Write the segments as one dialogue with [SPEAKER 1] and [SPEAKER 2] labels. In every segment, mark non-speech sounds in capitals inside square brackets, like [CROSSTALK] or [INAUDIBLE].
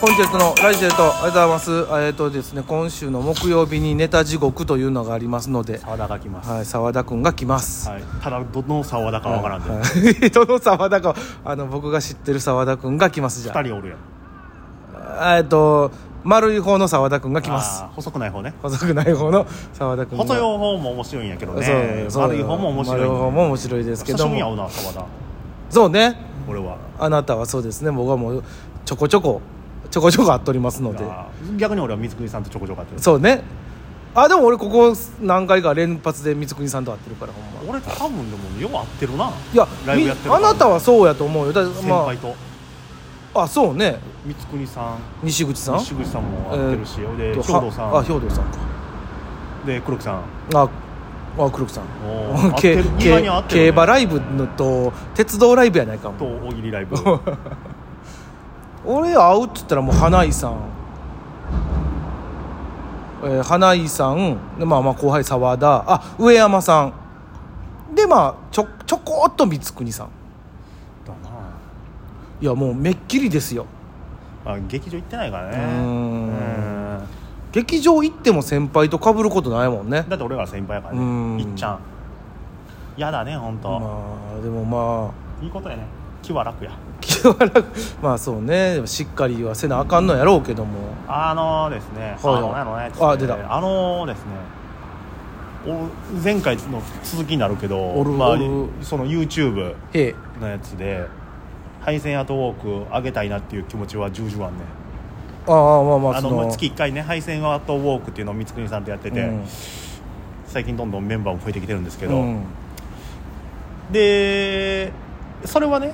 [SPEAKER 1] 本日のラジエットありがとうございますえっ、とですね今週の木曜日にネタ地獄というのがありますので、
[SPEAKER 2] 沢田が来ます、
[SPEAKER 1] はい、沢田くんが来ます、
[SPEAKER 2] はいただどの沢田かわからんで、
[SPEAKER 1] はい、 [LAUGHS] どの沢田かあの僕が知ってる沢田くんが来ますじゃ
[SPEAKER 2] 二人おるやん
[SPEAKER 1] あえっ、と丸い方の沢田くんが来ます
[SPEAKER 2] あー細くない方ね
[SPEAKER 1] 細くない方の沢田くんが
[SPEAKER 2] 細い方も面白いんやけどね
[SPEAKER 1] そうそう
[SPEAKER 2] 悪い方も面白い
[SPEAKER 1] 丸い方
[SPEAKER 2] ん
[SPEAKER 1] も面白いですけ
[SPEAKER 2] 久
[SPEAKER 1] ど
[SPEAKER 2] しぶりに
[SPEAKER 1] も
[SPEAKER 2] 会うな沢田
[SPEAKER 1] そうね
[SPEAKER 2] 俺は
[SPEAKER 1] あなたはそうですね僕はもうちょこちょこちょこちょこ会っとりますので
[SPEAKER 2] あー逆に俺は水国さんとちょこちょこ会ってる
[SPEAKER 1] そうねあでも俺ここ何回か連発で光国さんと会ってるからほんま
[SPEAKER 2] 俺多分でもよう会ってるない
[SPEAKER 1] や
[SPEAKER 2] ライブやってる
[SPEAKER 1] みあなたはそうやと思うよだ
[SPEAKER 2] 先
[SPEAKER 1] ま
[SPEAKER 2] 輩と
[SPEAKER 1] あ、あそうね
[SPEAKER 2] 光国さん
[SPEAKER 1] 西口さん
[SPEAKER 2] 西口さんも会ってるし、で兵
[SPEAKER 1] と
[SPEAKER 2] 藤
[SPEAKER 1] は
[SPEAKER 2] さ
[SPEAKER 1] あ兵藤さんか
[SPEAKER 2] んで黒木さん
[SPEAKER 1] ああ黒木さん
[SPEAKER 2] おー
[SPEAKER 1] [LAUGHS] け
[SPEAKER 2] 合ってる意
[SPEAKER 1] け
[SPEAKER 2] 外に合ってるね
[SPEAKER 1] 競馬ライブのと鉄道ライブやないか
[SPEAKER 2] と
[SPEAKER 1] も
[SPEAKER 2] 大喜利ライ
[SPEAKER 1] [LAUGHS]
[SPEAKER 2] ブ
[SPEAKER 1] 俺会うっつったらもう花井さん、えー花井さんでまあまあ後輩沢田あ上山さんでまあちょちょこっと光国さん
[SPEAKER 2] だない
[SPEAKER 1] やもうめっきりですよ
[SPEAKER 2] あ劇場行ってないからね
[SPEAKER 1] うーん
[SPEAKER 2] うーん
[SPEAKER 1] 劇場行っても先輩と被ることないもんね
[SPEAKER 2] だって俺ら先輩やから
[SPEAKER 1] う
[SPEAKER 2] ね
[SPEAKER 1] ん
[SPEAKER 2] いっちゃんやだね本当、
[SPEAKER 1] まあでもまあ
[SPEAKER 2] いいことやね気は楽や
[SPEAKER 1] 気は楽 [LAUGHS] まあそうねでもしっかりはせなあかんのやろうけども
[SPEAKER 2] あのですね、
[SPEAKER 1] はい
[SPEAKER 2] あのなんやろね
[SPEAKER 1] あ出た
[SPEAKER 2] あのですねお前回の続きになるけど
[SPEAKER 1] おる
[SPEAKER 2] まあ
[SPEAKER 1] おる
[SPEAKER 2] その YouTube
[SPEAKER 1] へえ
[SPEAKER 2] のやつで配線アートウォーク上げたいなっていう気持ちは重々あんねん
[SPEAKER 1] ああまあまあ
[SPEAKER 2] あ
[SPEAKER 1] そ
[SPEAKER 2] の月1回ね配線アートウォークっていうのを光國さんとやってて、
[SPEAKER 1] うん
[SPEAKER 2] 最近どんどんメンバーも増えてきてるんですけど、
[SPEAKER 1] うん
[SPEAKER 2] でそれはね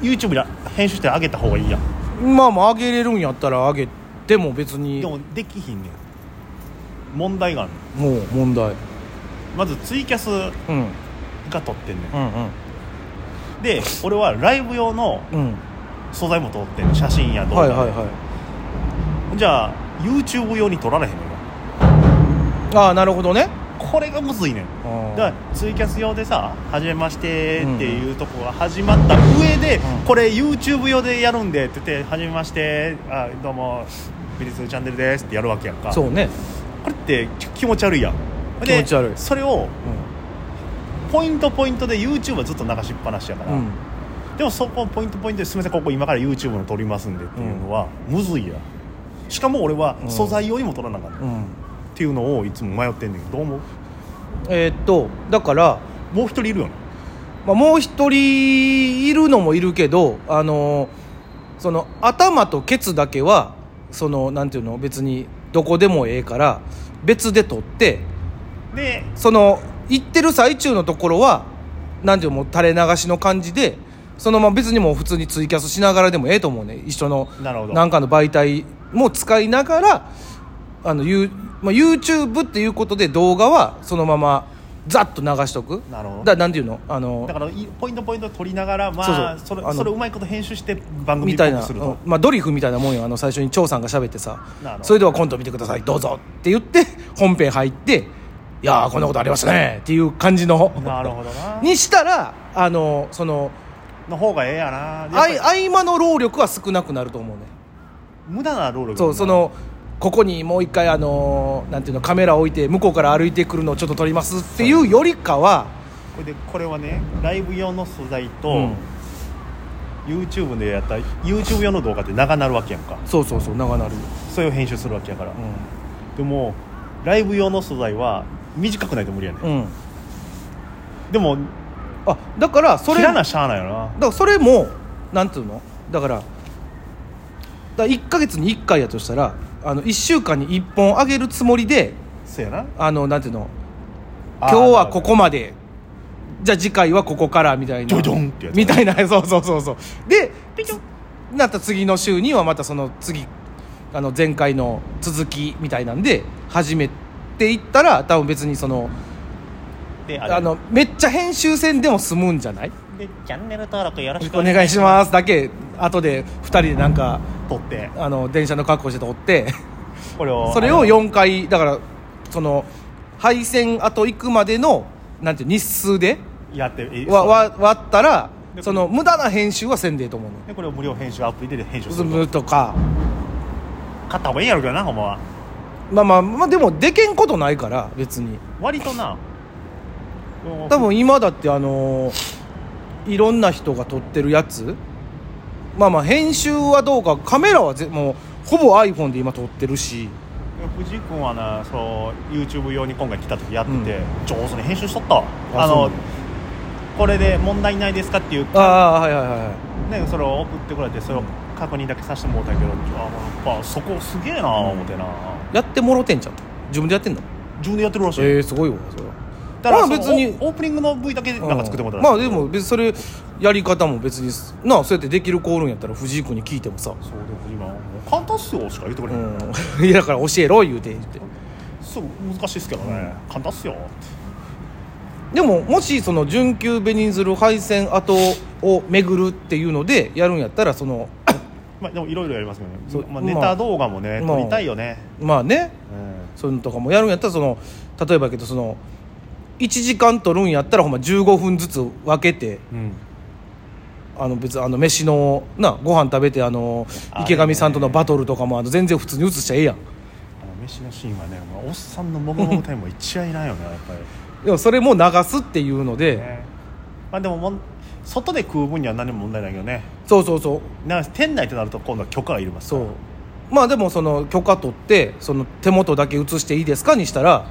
[SPEAKER 2] YouTube で編集して上げた方がいいやん
[SPEAKER 1] まあまああげれるんやったらあげても別に
[SPEAKER 2] で
[SPEAKER 1] も
[SPEAKER 2] もできひんねん問題がある
[SPEAKER 1] う問題、
[SPEAKER 2] まずツイキャス
[SPEAKER 1] うん、うん
[SPEAKER 2] が撮ってんね
[SPEAKER 1] うん
[SPEAKER 2] んで俺はライブ用の
[SPEAKER 1] うん
[SPEAKER 2] 素材も撮ってんの写真や動画、
[SPEAKER 1] はいはいはい
[SPEAKER 2] じゃあ YouTube 用に撮られへんねん今
[SPEAKER 1] ああなるほどね
[SPEAKER 2] これがむずいねん
[SPEAKER 1] あ
[SPEAKER 2] だ
[SPEAKER 1] あ
[SPEAKER 2] からツイキャス用でさ「はじめまして」っていうとこが始まった上で、
[SPEAKER 1] うん
[SPEAKER 2] これ YouTube 用でやるんでって言って「はじめましてあどうもビリスチャンネルです」ってやるわけやんか
[SPEAKER 1] そうね、
[SPEAKER 2] これってちょ気持ち悪いやんで
[SPEAKER 1] 気持ち悪い
[SPEAKER 2] それを
[SPEAKER 1] う
[SPEAKER 2] ポイントポイントで YouTube はずっと流しっぱなしやから、
[SPEAKER 1] んうん、
[SPEAKER 2] でもそこポイントポイントですみませんここ今から YouTube の撮りますんでっていうのは、むずいやんしかも俺は
[SPEAKER 1] うん
[SPEAKER 2] 素材用にも撮らなあかった、っ
[SPEAKER 1] うん、
[SPEAKER 2] ていうのをいつも迷ってんねんけどどう思う
[SPEAKER 1] えーっとだから
[SPEAKER 2] もう一人いるよね
[SPEAKER 1] まあ、もう一人いるのもいるけど、あのその頭とケツだけはそのなんていうの別にどこでもええから別で取って
[SPEAKER 2] で
[SPEAKER 1] その行ってる最中のところはなんていうのもう垂れ流しの感じでそのまま別にもう普通にツイキャスしながらでもええと思うね一緒の
[SPEAKER 2] なるほど
[SPEAKER 1] なんかの媒体も使いながらあの、ゆうまあ、YouTube っていうことで動画はそのままざっと流しとく
[SPEAKER 2] なるほど
[SPEAKER 1] だからなんていうのあの
[SPEAKER 2] だからいポイントポイント取りながらまあ
[SPEAKER 1] そ
[SPEAKER 2] そ
[SPEAKER 1] うそう
[SPEAKER 2] れ
[SPEAKER 1] あの
[SPEAKER 2] それうまいこと編集して番組
[SPEAKER 1] み
[SPEAKER 2] っぽ
[SPEAKER 1] たいな
[SPEAKER 2] くすると
[SPEAKER 1] うんまあ、ドリフみたいなもんよあの最初に張さんが喋ってさ
[SPEAKER 2] なるほど
[SPEAKER 1] それではコント見てくださいどうぞって言って本編入っていやーこんなことありましたねっていう感じの
[SPEAKER 2] なるほどな
[SPEAKER 1] にしたらあのその
[SPEAKER 2] の方がええやな
[SPEAKER 1] あ
[SPEAKER 2] やっ
[SPEAKER 1] い
[SPEAKER 2] ぱり
[SPEAKER 1] 合間の労力は少なくなると思うね
[SPEAKER 2] 無駄な労力
[SPEAKER 1] そうそのここにもう一回あのなんていうのカメラ置いて向こうから歩いてくるのをちょっと撮りますっていうよりかは
[SPEAKER 2] これでこれはねライブ用の素材と、
[SPEAKER 1] うん
[SPEAKER 2] YouTube でやった YouTube 用の動画って長なるわけやんか
[SPEAKER 1] そうそうそう長なる、
[SPEAKER 2] それを編集するわけやから、
[SPEAKER 1] う
[SPEAKER 2] でもライブ用の素材は短くないと無理やね、
[SPEAKER 1] んうん、
[SPEAKER 2] ん、でも
[SPEAKER 1] あだからそ
[SPEAKER 2] そ
[SPEAKER 1] れ
[SPEAKER 2] れ切らなしゃあないよな
[SPEAKER 1] だからそれもなんていうのだからだから1か月に1回やとしたらあの1週間に1本あげるつもりで
[SPEAKER 2] そうやな
[SPEAKER 1] あのなんていうの
[SPEAKER 2] あ
[SPEAKER 1] 今
[SPEAKER 2] ー
[SPEAKER 1] 日はここまでじゃあ次回はここからみたいな
[SPEAKER 2] ジョジョンってやつ
[SPEAKER 1] みたいな [LAUGHS] そうそうそうそうでなった次の週にはまたその次あの前回の続きみたいなんで始めていったら多分別にその
[SPEAKER 2] であれ
[SPEAKER 1] あのめっちゃ編集戦でも済むんじゃない
[SPEAKER 2] でチャンネル登録よろしく
[SPEAKER 1] お願いしますだけ後で2人でなんか
[SPEAKER 2] す撮って
[SPEAKER 1] あの電車の確保してとって
[SPEAKER 2] これを
[SPEAKER 1] それを
[SPEAKER 2] あの
[SPEAKER 1] 4回だからその配線あと行くまでのなんていう日数で
[SPEAKER 2] やってえ
[SPEAKER 1] わわ割ったら
[SPEAKER 2] で
[SPEAKER 1] その無駄な編集はせんでいいと思う
[SPEAKER 2] でこれを無料編集アプリで編集する
[SPEAKER 1] のとか
[SPEAKER 2] 買った方がいいんやろうけどなほんまは
[SPEAKER 1] まあまあまあでもでけんことないから別に
[SPEAKER 2] 割となこの
[SPEAKER 1] 多分今だってあのーいろんな人が撮ってるやつまあまあ編集はどうかカメラはぜもうほぼ iPhone で今撮ってるし
[SPEAKER 2] 藤井君はなその YouTube 用に今回来た時やってて、
[SPEAKER 1] う
[SPEAKER 2] 上手に編集しとったわ
[SPEAKER 1] あ
[SPEAKER 2] あ
[SPEAKER 1] そう
[SPEAKER 2] のこれで問題ないですかっていう
[SPEAKER 1] ああはいはいはい
[SPEAKER 2] ね、それを送ってこられてそれを確認だけさせてもらったけどあやっぱそこすげえな思ってな、
[SPEAKER 1] やってもろてんじゃん自分でやってんだ
[SPEAKER 2] 自分でやってるらしい、
[SPEAKER 1] ええすごいわそれは
[SPEAKER 2] だから
[SPEAKER 1] まあ
[SPEAKER 2] 別
[SPEAKER 1] 別に
[SPEAKER 2] にオープニングの V だけなんか作ってもら
[SPEAKER 1] う
[SPEAKER 2] っ
[SPEAKER 1] ん
[SPEAKER 2] た
[SPEAKER 1] ま
[SPEAKER 2] ら
[SPEAKER 1] あ
[SPEAKER 2] しい
[SPEAKER 1] でも別にそれやり方も別になあそうやってできる子おるんやったら藤井君に聞いてもさ、
[SPEAKER 2] そうでも今もう簡単っすよしか言ってくれ
[SPEAKER 1] う
[SPEAKER 2] へん、
[SPEAKER 1] ん、 [LAUGHS] いやだから教えろ言うて言って
[SPEAKER 2] すぐ難しいっすけどね、簡単っすよ
[SPEAKER 1] でももしその準急ベニズル配線跡を巡るっていうのでやるんやったらその [COUGHS]
[SPEAKER 2] まあでもいろいろやりますけどね
[SPEAKER 1] そう
[SPEAKER 2] まあ、
[SPEAKER 1] ま
[SPEAKER 2] ネ
[SPEAKER 1] あ
[SPEAKER 2] タ動画もね、
[SPEAKER 1] まあ
[SPEAKER 2] 撮りたいよね、
[SPEAKER 1] まあね
[SPEAKER 2] うん
[SPEAKER 1] そういうのとかもやるんやったらその例えばやけどその1時間取るんやったらほんま15分ずつ分けて
[SPEAKER 2] うん
[SPEAKER 1] あの別にあの飯のなご飯食べてあの
[SPEAKER 2] あ
[SPEAKER 1] 池上さんとのバトルとかもあの全然普通に映しちゃええやん
[SPEAKER 2] あの飯のシーンはね、まあ、おっさんのもぐもぐタイムは一愛いないよねやっぱり
[SPEAKER 1] でもそれも流すっていうので、
[SPEAKER 2] ねまあでももん外で食う分には何も問題ないけどね
[SPEAKER 1] そうそうそう
[SPEAKER 2] な店内となると今度は許可がいります
[SPEAKER 1] そうまあでもその許可取ってその手元だけ映していいですかにしたら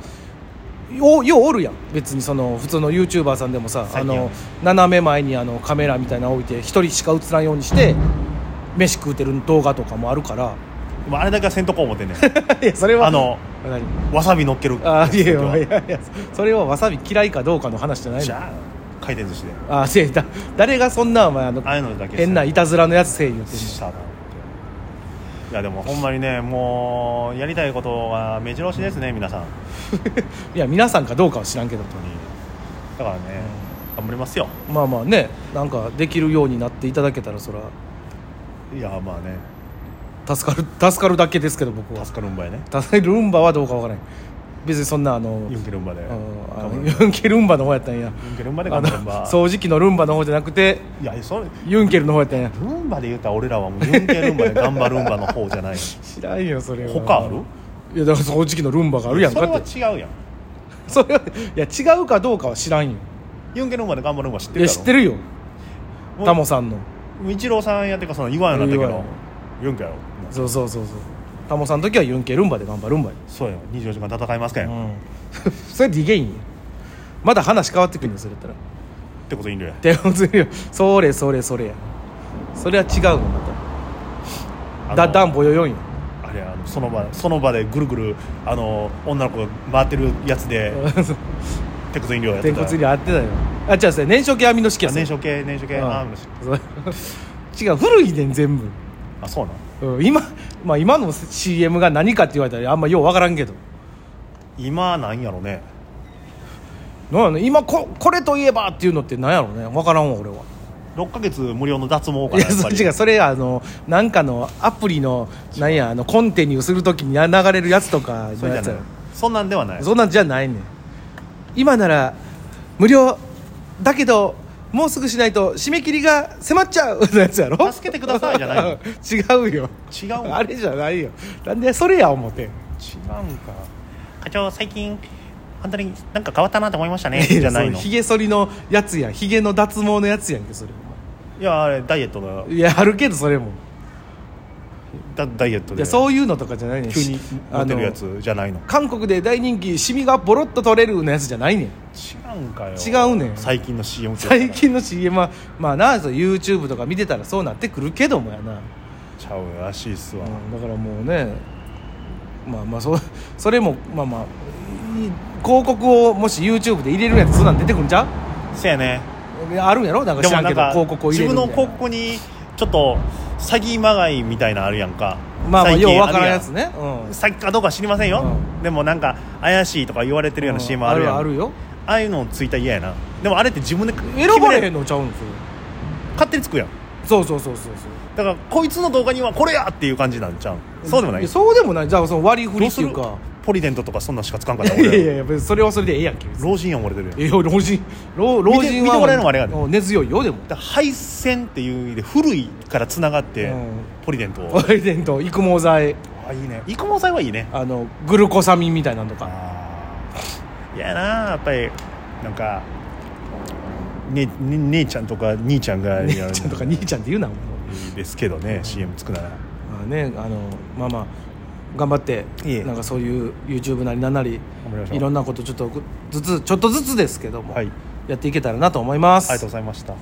[SPEAKER 1] ようようおるやん別にその普通の YouTuber さんでもさ、あ
[SPEAKER 2] 最近は
[SPEAKER 1] の
[SPEAKER 2] ね
[SPEAKER 1] 斜め前にあのカメラみたいなの置いて一人しか映らんようにして飯食うてる動画とかもあるから
[SPEAKER 2] まあ、あれだけはせんとこう思ってね
[SPEAKER 1] [LAUGHS] いやそれは
[SPEAKER 2] あの
[SPEAKER 1] 何
[SPEAKER 2] わさび乗っける
[SPEAKER 1] あいやい
[SPEAKER 2] 時は
[SPEAKER 1] やいやいやそれはわさび嫌いかどうかの話じゃない
[SPEAKER 2] じ
[SPEAKER 1] の
[SPEAKER 2] ゃあ回転寿司で
[SPEAKER 1] あいやだ誰がそんなお前あの
[SPEAKER 2] ああいうのだけ
[SPEAKER 1] 変ないたずらのやつせい言うてんの
[SPEAKER 2] したなっていやでもほんまにねもうやりたいことが目白押しですね皆さん本
[SPEAKER 1] いや皆さんかどうかは知らんけど
[SPEAKER 2] 当にだからね頑張りますよ
[SPEAKER 1] まあまあねなんかできるようになっていただけたらそら
[SPEAKER 2] いやまあね
[SPEAKER 1] 助かる助かるだけですけど僕は
[SPEAKER 2] 助かるんばやね
[SPEAKER 1] 助かるルンバはどうかわからない別にそんなあの
[SPEAKER 2] ユンケルンバで
[SPEAKER 1] あのあ
[SPEAKER 2] 頑張
[SPEAKER 1] の
[SPEAKER 2] るユ
[SPEAKER 1] ユンケルンバの方やったんや
[SPEAKER 2] ンケルンバで
[SPEAKER 1] あ
[SPEAKER 2] 頑
[SPEAKER 1] の
[SPEAKER 2] 張るんば
[SPEAKER 1] 掃除機のルンバの方じゃなくて
[SPEAKER 2] いやそれ
[SPEAKER 1] ユンケルの方やったんや
[SPEAKER 2] ルンバで言うたら俺らはもうユンケルンバで頑張るんばの方じゃない
[SPEAKER 1] 知らんよそれは
[SPEAKER 2] 他ある
[SPEAKER 1] いやだから掃除機のルンバがあるやんかって
[SPEAKER 2] それは違うやん
[SPEAKER 1] それはいや違うかどうかは知らんよ
[SPEAKER 2] ユンケルンバで頑張るんば知って
[SPEAKER 1] い
[SPEAKER 2] る
[SPEAKER 1] や
[SPEAKER 2] やろ
[SPEAKER 1] 知ってるよ
[SPEAKER 2] もう
[SPEAKER 1] タモさんの
[SPEAKER 2] 一郎さんやってかその言わんようになった
[SPEAKER 1] 言わん
[SPEAKER 2] け
[SPEAKER 1] よ
[SPEAKER 2] どユンケやろ
[SPEAKER 1] そうそうそうそうタモさんの時はユンケルンバで頑張るんばい
[SPEAKER 2] そうよ24時間戦いますかん
[SPEAKER 1] う
[SPEAKER 2] よ、っ
[SPEAKER 1] ん [LAUGHS] それディゲインやまだ話変わってくるよそれやったら
[SPEAKER 2] てこといいんだよ
[SPEAKER 1] 手をずるよそれそれそれやそれは違う
[SPEAKER 2] あ
[SPEAKER 1] のま
[SPEAKER 2] の
[SPEAKER 1] ただダンボヨヨンよ
[SPEAKER 2] あれあのその場その場でぐるぐるあの女の子が回ってるやつで手骨飲料やって
[SPEAKER 1] 天
[SPEAKER 2] た
[SPEAKER 1] 骨に合ってたよあ違うそれ燃焼系網の式や
[SPEAKER 2] あ
[SPEAKER 1] それ
[SPEAKER 2] 燃焼系燃焼系
[SPEAKER 1] うん
[SPEAKER 2] あ
[SPEAKER 1] そう [LAUGHS] 違う古いねん全部、
[SPEAKER 2] あそうなん
[SPEAKER 1] うん、今まあ今の CM が何かって言われたらあんまようわからんけど
[SPEAKER 2] 今なんやろね
[SPEAKER 1] なんやろね今ここれといえばっていうのってなんやろうねわからんわ俺は
[SPEAKER 2] 6ヶ月無料の脱毛か
[SPEAKER 1] い
[SPEAKER 2] なや
[SPEAKER 1] や
[SPEAKER 2] っ
[SPEAKER 1] そ
[SPEAKER 2] ぱ
[SPEAKER 1] っ
[SPEAKER 2] り
[SPEAKER 1] ちがそれあのなんかのアプリのなんやあのコンテニューするときに流れるやつとか
[SPEAKER 2] そ
[SPEAKER 1] の
[SPEAKER 2] れ
[SPEAKER 1] やつ
[SPEAKER 2] じゃない
[SPEAKER 1] やろ
[SPEAKER 2] そんなんではない
[SPEAKER 1] そんなんじゃないねん今なら無料だけどもうすぐしないと締め切りが迫っちゃう [LAUGHS] のやつやろ
[SPEAKER 2] 助けてくださいじゃないの
[SPEAKER 1] [LAUGHS] 違うよ
[SPEAKER 2] 違うん
[SPEAKER 1] あれじゃないよなんでそれや思てん
[SPEAKER 2] 違うんか課長最近本当になんか変わったなと思いましたねじゃないの
[SPEAKER 1] ひ
[SPEAKER 2] い
[SPEAKER 1] げ剃りのやつやひげの脱毛のやつやんけそれ
[SPEAKER 2] やあれダイエットだ
[SPEAKER 1] いやあるけどそれも
[SPEAKER 2] だダイエット
[SPEAKER 1] い
[SPEAKER 2] で
[SPEAKER 1] やそういうのとかじゃないねん
[SPEAKER 2] 急に
[SPEAKER 1] し
[SPEAKER 2] モテるや
[SPEAKER 1] あの
[SPEAKER 2] つじゃないの
[SPEAKER 1] 韓国で大人気シミがボロッと取れるのやつじゃないねん
[SPEAKER 2] 違うんかよ
[SPEAKER 1] 違うねん
[SPEAKER 2] 最近の CM ってやつだな
[SPEAKER 1] 最近の CM はまあなそう YouTube とか見てたらそうなってくるけどもやな
[SPEAKER 2] ちゃうらしいっすわ、
[SPEAKER 1] うんだからもうねまあまあそ [LAUGHS] それもまあまあい広告をもし YouTube で入れるんやつそんなん出てくるんちゃう
[SPEAKER 2] せやね
[SPEAKER 1] あるんやろなんか
[SPEAKER 2] で
[SPEAKER 1] 知
[SPEAKER 2] も
[SPEAKER 1] らん
[SPEAKER 2] な
[SPEAKER 1] け
[SPEAKER 2] ん
[SPEAKER 1] ど
[SPEAKER 2] か
[SPEAKER 1] 広告を入
[SPEAKER 2] 自
[SPEAKER 1] れる
[SPEAKER 2] 分
[SPEAKER 1] みた
[SPEAKER 2] の
[SPEAKER 1] いな
[SPEAKER 2] 広告にちょっと詐欺まがいみたいなのあるやんか
[SPEAKER 1] まあまあ
[SPEAKER 2] 最
[SPEAKER 1] よ
[SPEAKER 2] 近
[SPEAKER 1] うわからんやつ
[SPEAKER 2] ある
[SPEAKER 1] ねうん
[SPEAKER 2] やん詐欺かどうか知りませんよ、
[SPEAKER 1] う
[SPEAKER 2] でもなんか怪しいとか言われてるような CM あるやん、
[SPEAKER 1] あるよ
[SPEAKER 2] ああいうのついたら嫌やなでもあれって自分で決め
[SPEAKER 1] 選ばれへんのちゃうんですよ
[SPEAKER 2] 勝手につくやん
[SPEAKER 1] そうそうそうそうそう
[SPEAKER 2] だからこいつの動画にはこれやっていう感じなんちゃうそうでもない
[SPEAKER 1] やそうでもないじゃあその割り振り
[SPEAKER 2] ど
[SPEAKER 1] っていうか
[SPEAKER 2] するポリデントとかそんなんしか使わんかった
[SPEAKER 1] いやいや
[SPEAKER 2] 俺
[SPEAKER 1] いや別にそれはそれでええやんけ別に
[SPEAKER 2] 老人やん俺でるやん
[SPEAKER 1] え老人老老人
[SPEAKER 2] 見て見て
[SPEAKER 1] は
[SPEAKER 2] もらえるのもあれやで
[SPEAKER 1] うん根強いよでも
[SPEAKER 2] だから配線っていう意味で古いからつながって、
[SPEAKER 1] うん
[SPEAKER 2] ポリデントを
[SPEAKER 1] オイデント育毛剤
[SPEAKER 2] あいいね育毛剤はいいね
[SPEAKER 1] あのグルコサミンみたいなのとか
[SPEAKER 2] あーいやなやっぱりなんか、ねね姉ちゃんとか兄ちゃんがやる
[SPEAKER 1] 姉ちゃんとか兄ちゃんって言うなお前
[SPEAKER 2] ですけどね CM 作らない
[SPEAKER 1] まあねあのまあまあ頑張って
[SPEAKER 2] いえ
[SPEAKER 1] なんかそういう YouTube なりなんなり
[SPEAKER 2] 頑張りましょう
[SPEAKER 1] いろんなことちょっとずつちょっとずつですけども、
[SPEAKER 2] はい
[SPEAKER 1] やっていけたらなと思います。
[SPEAKER 2] ありがとうございました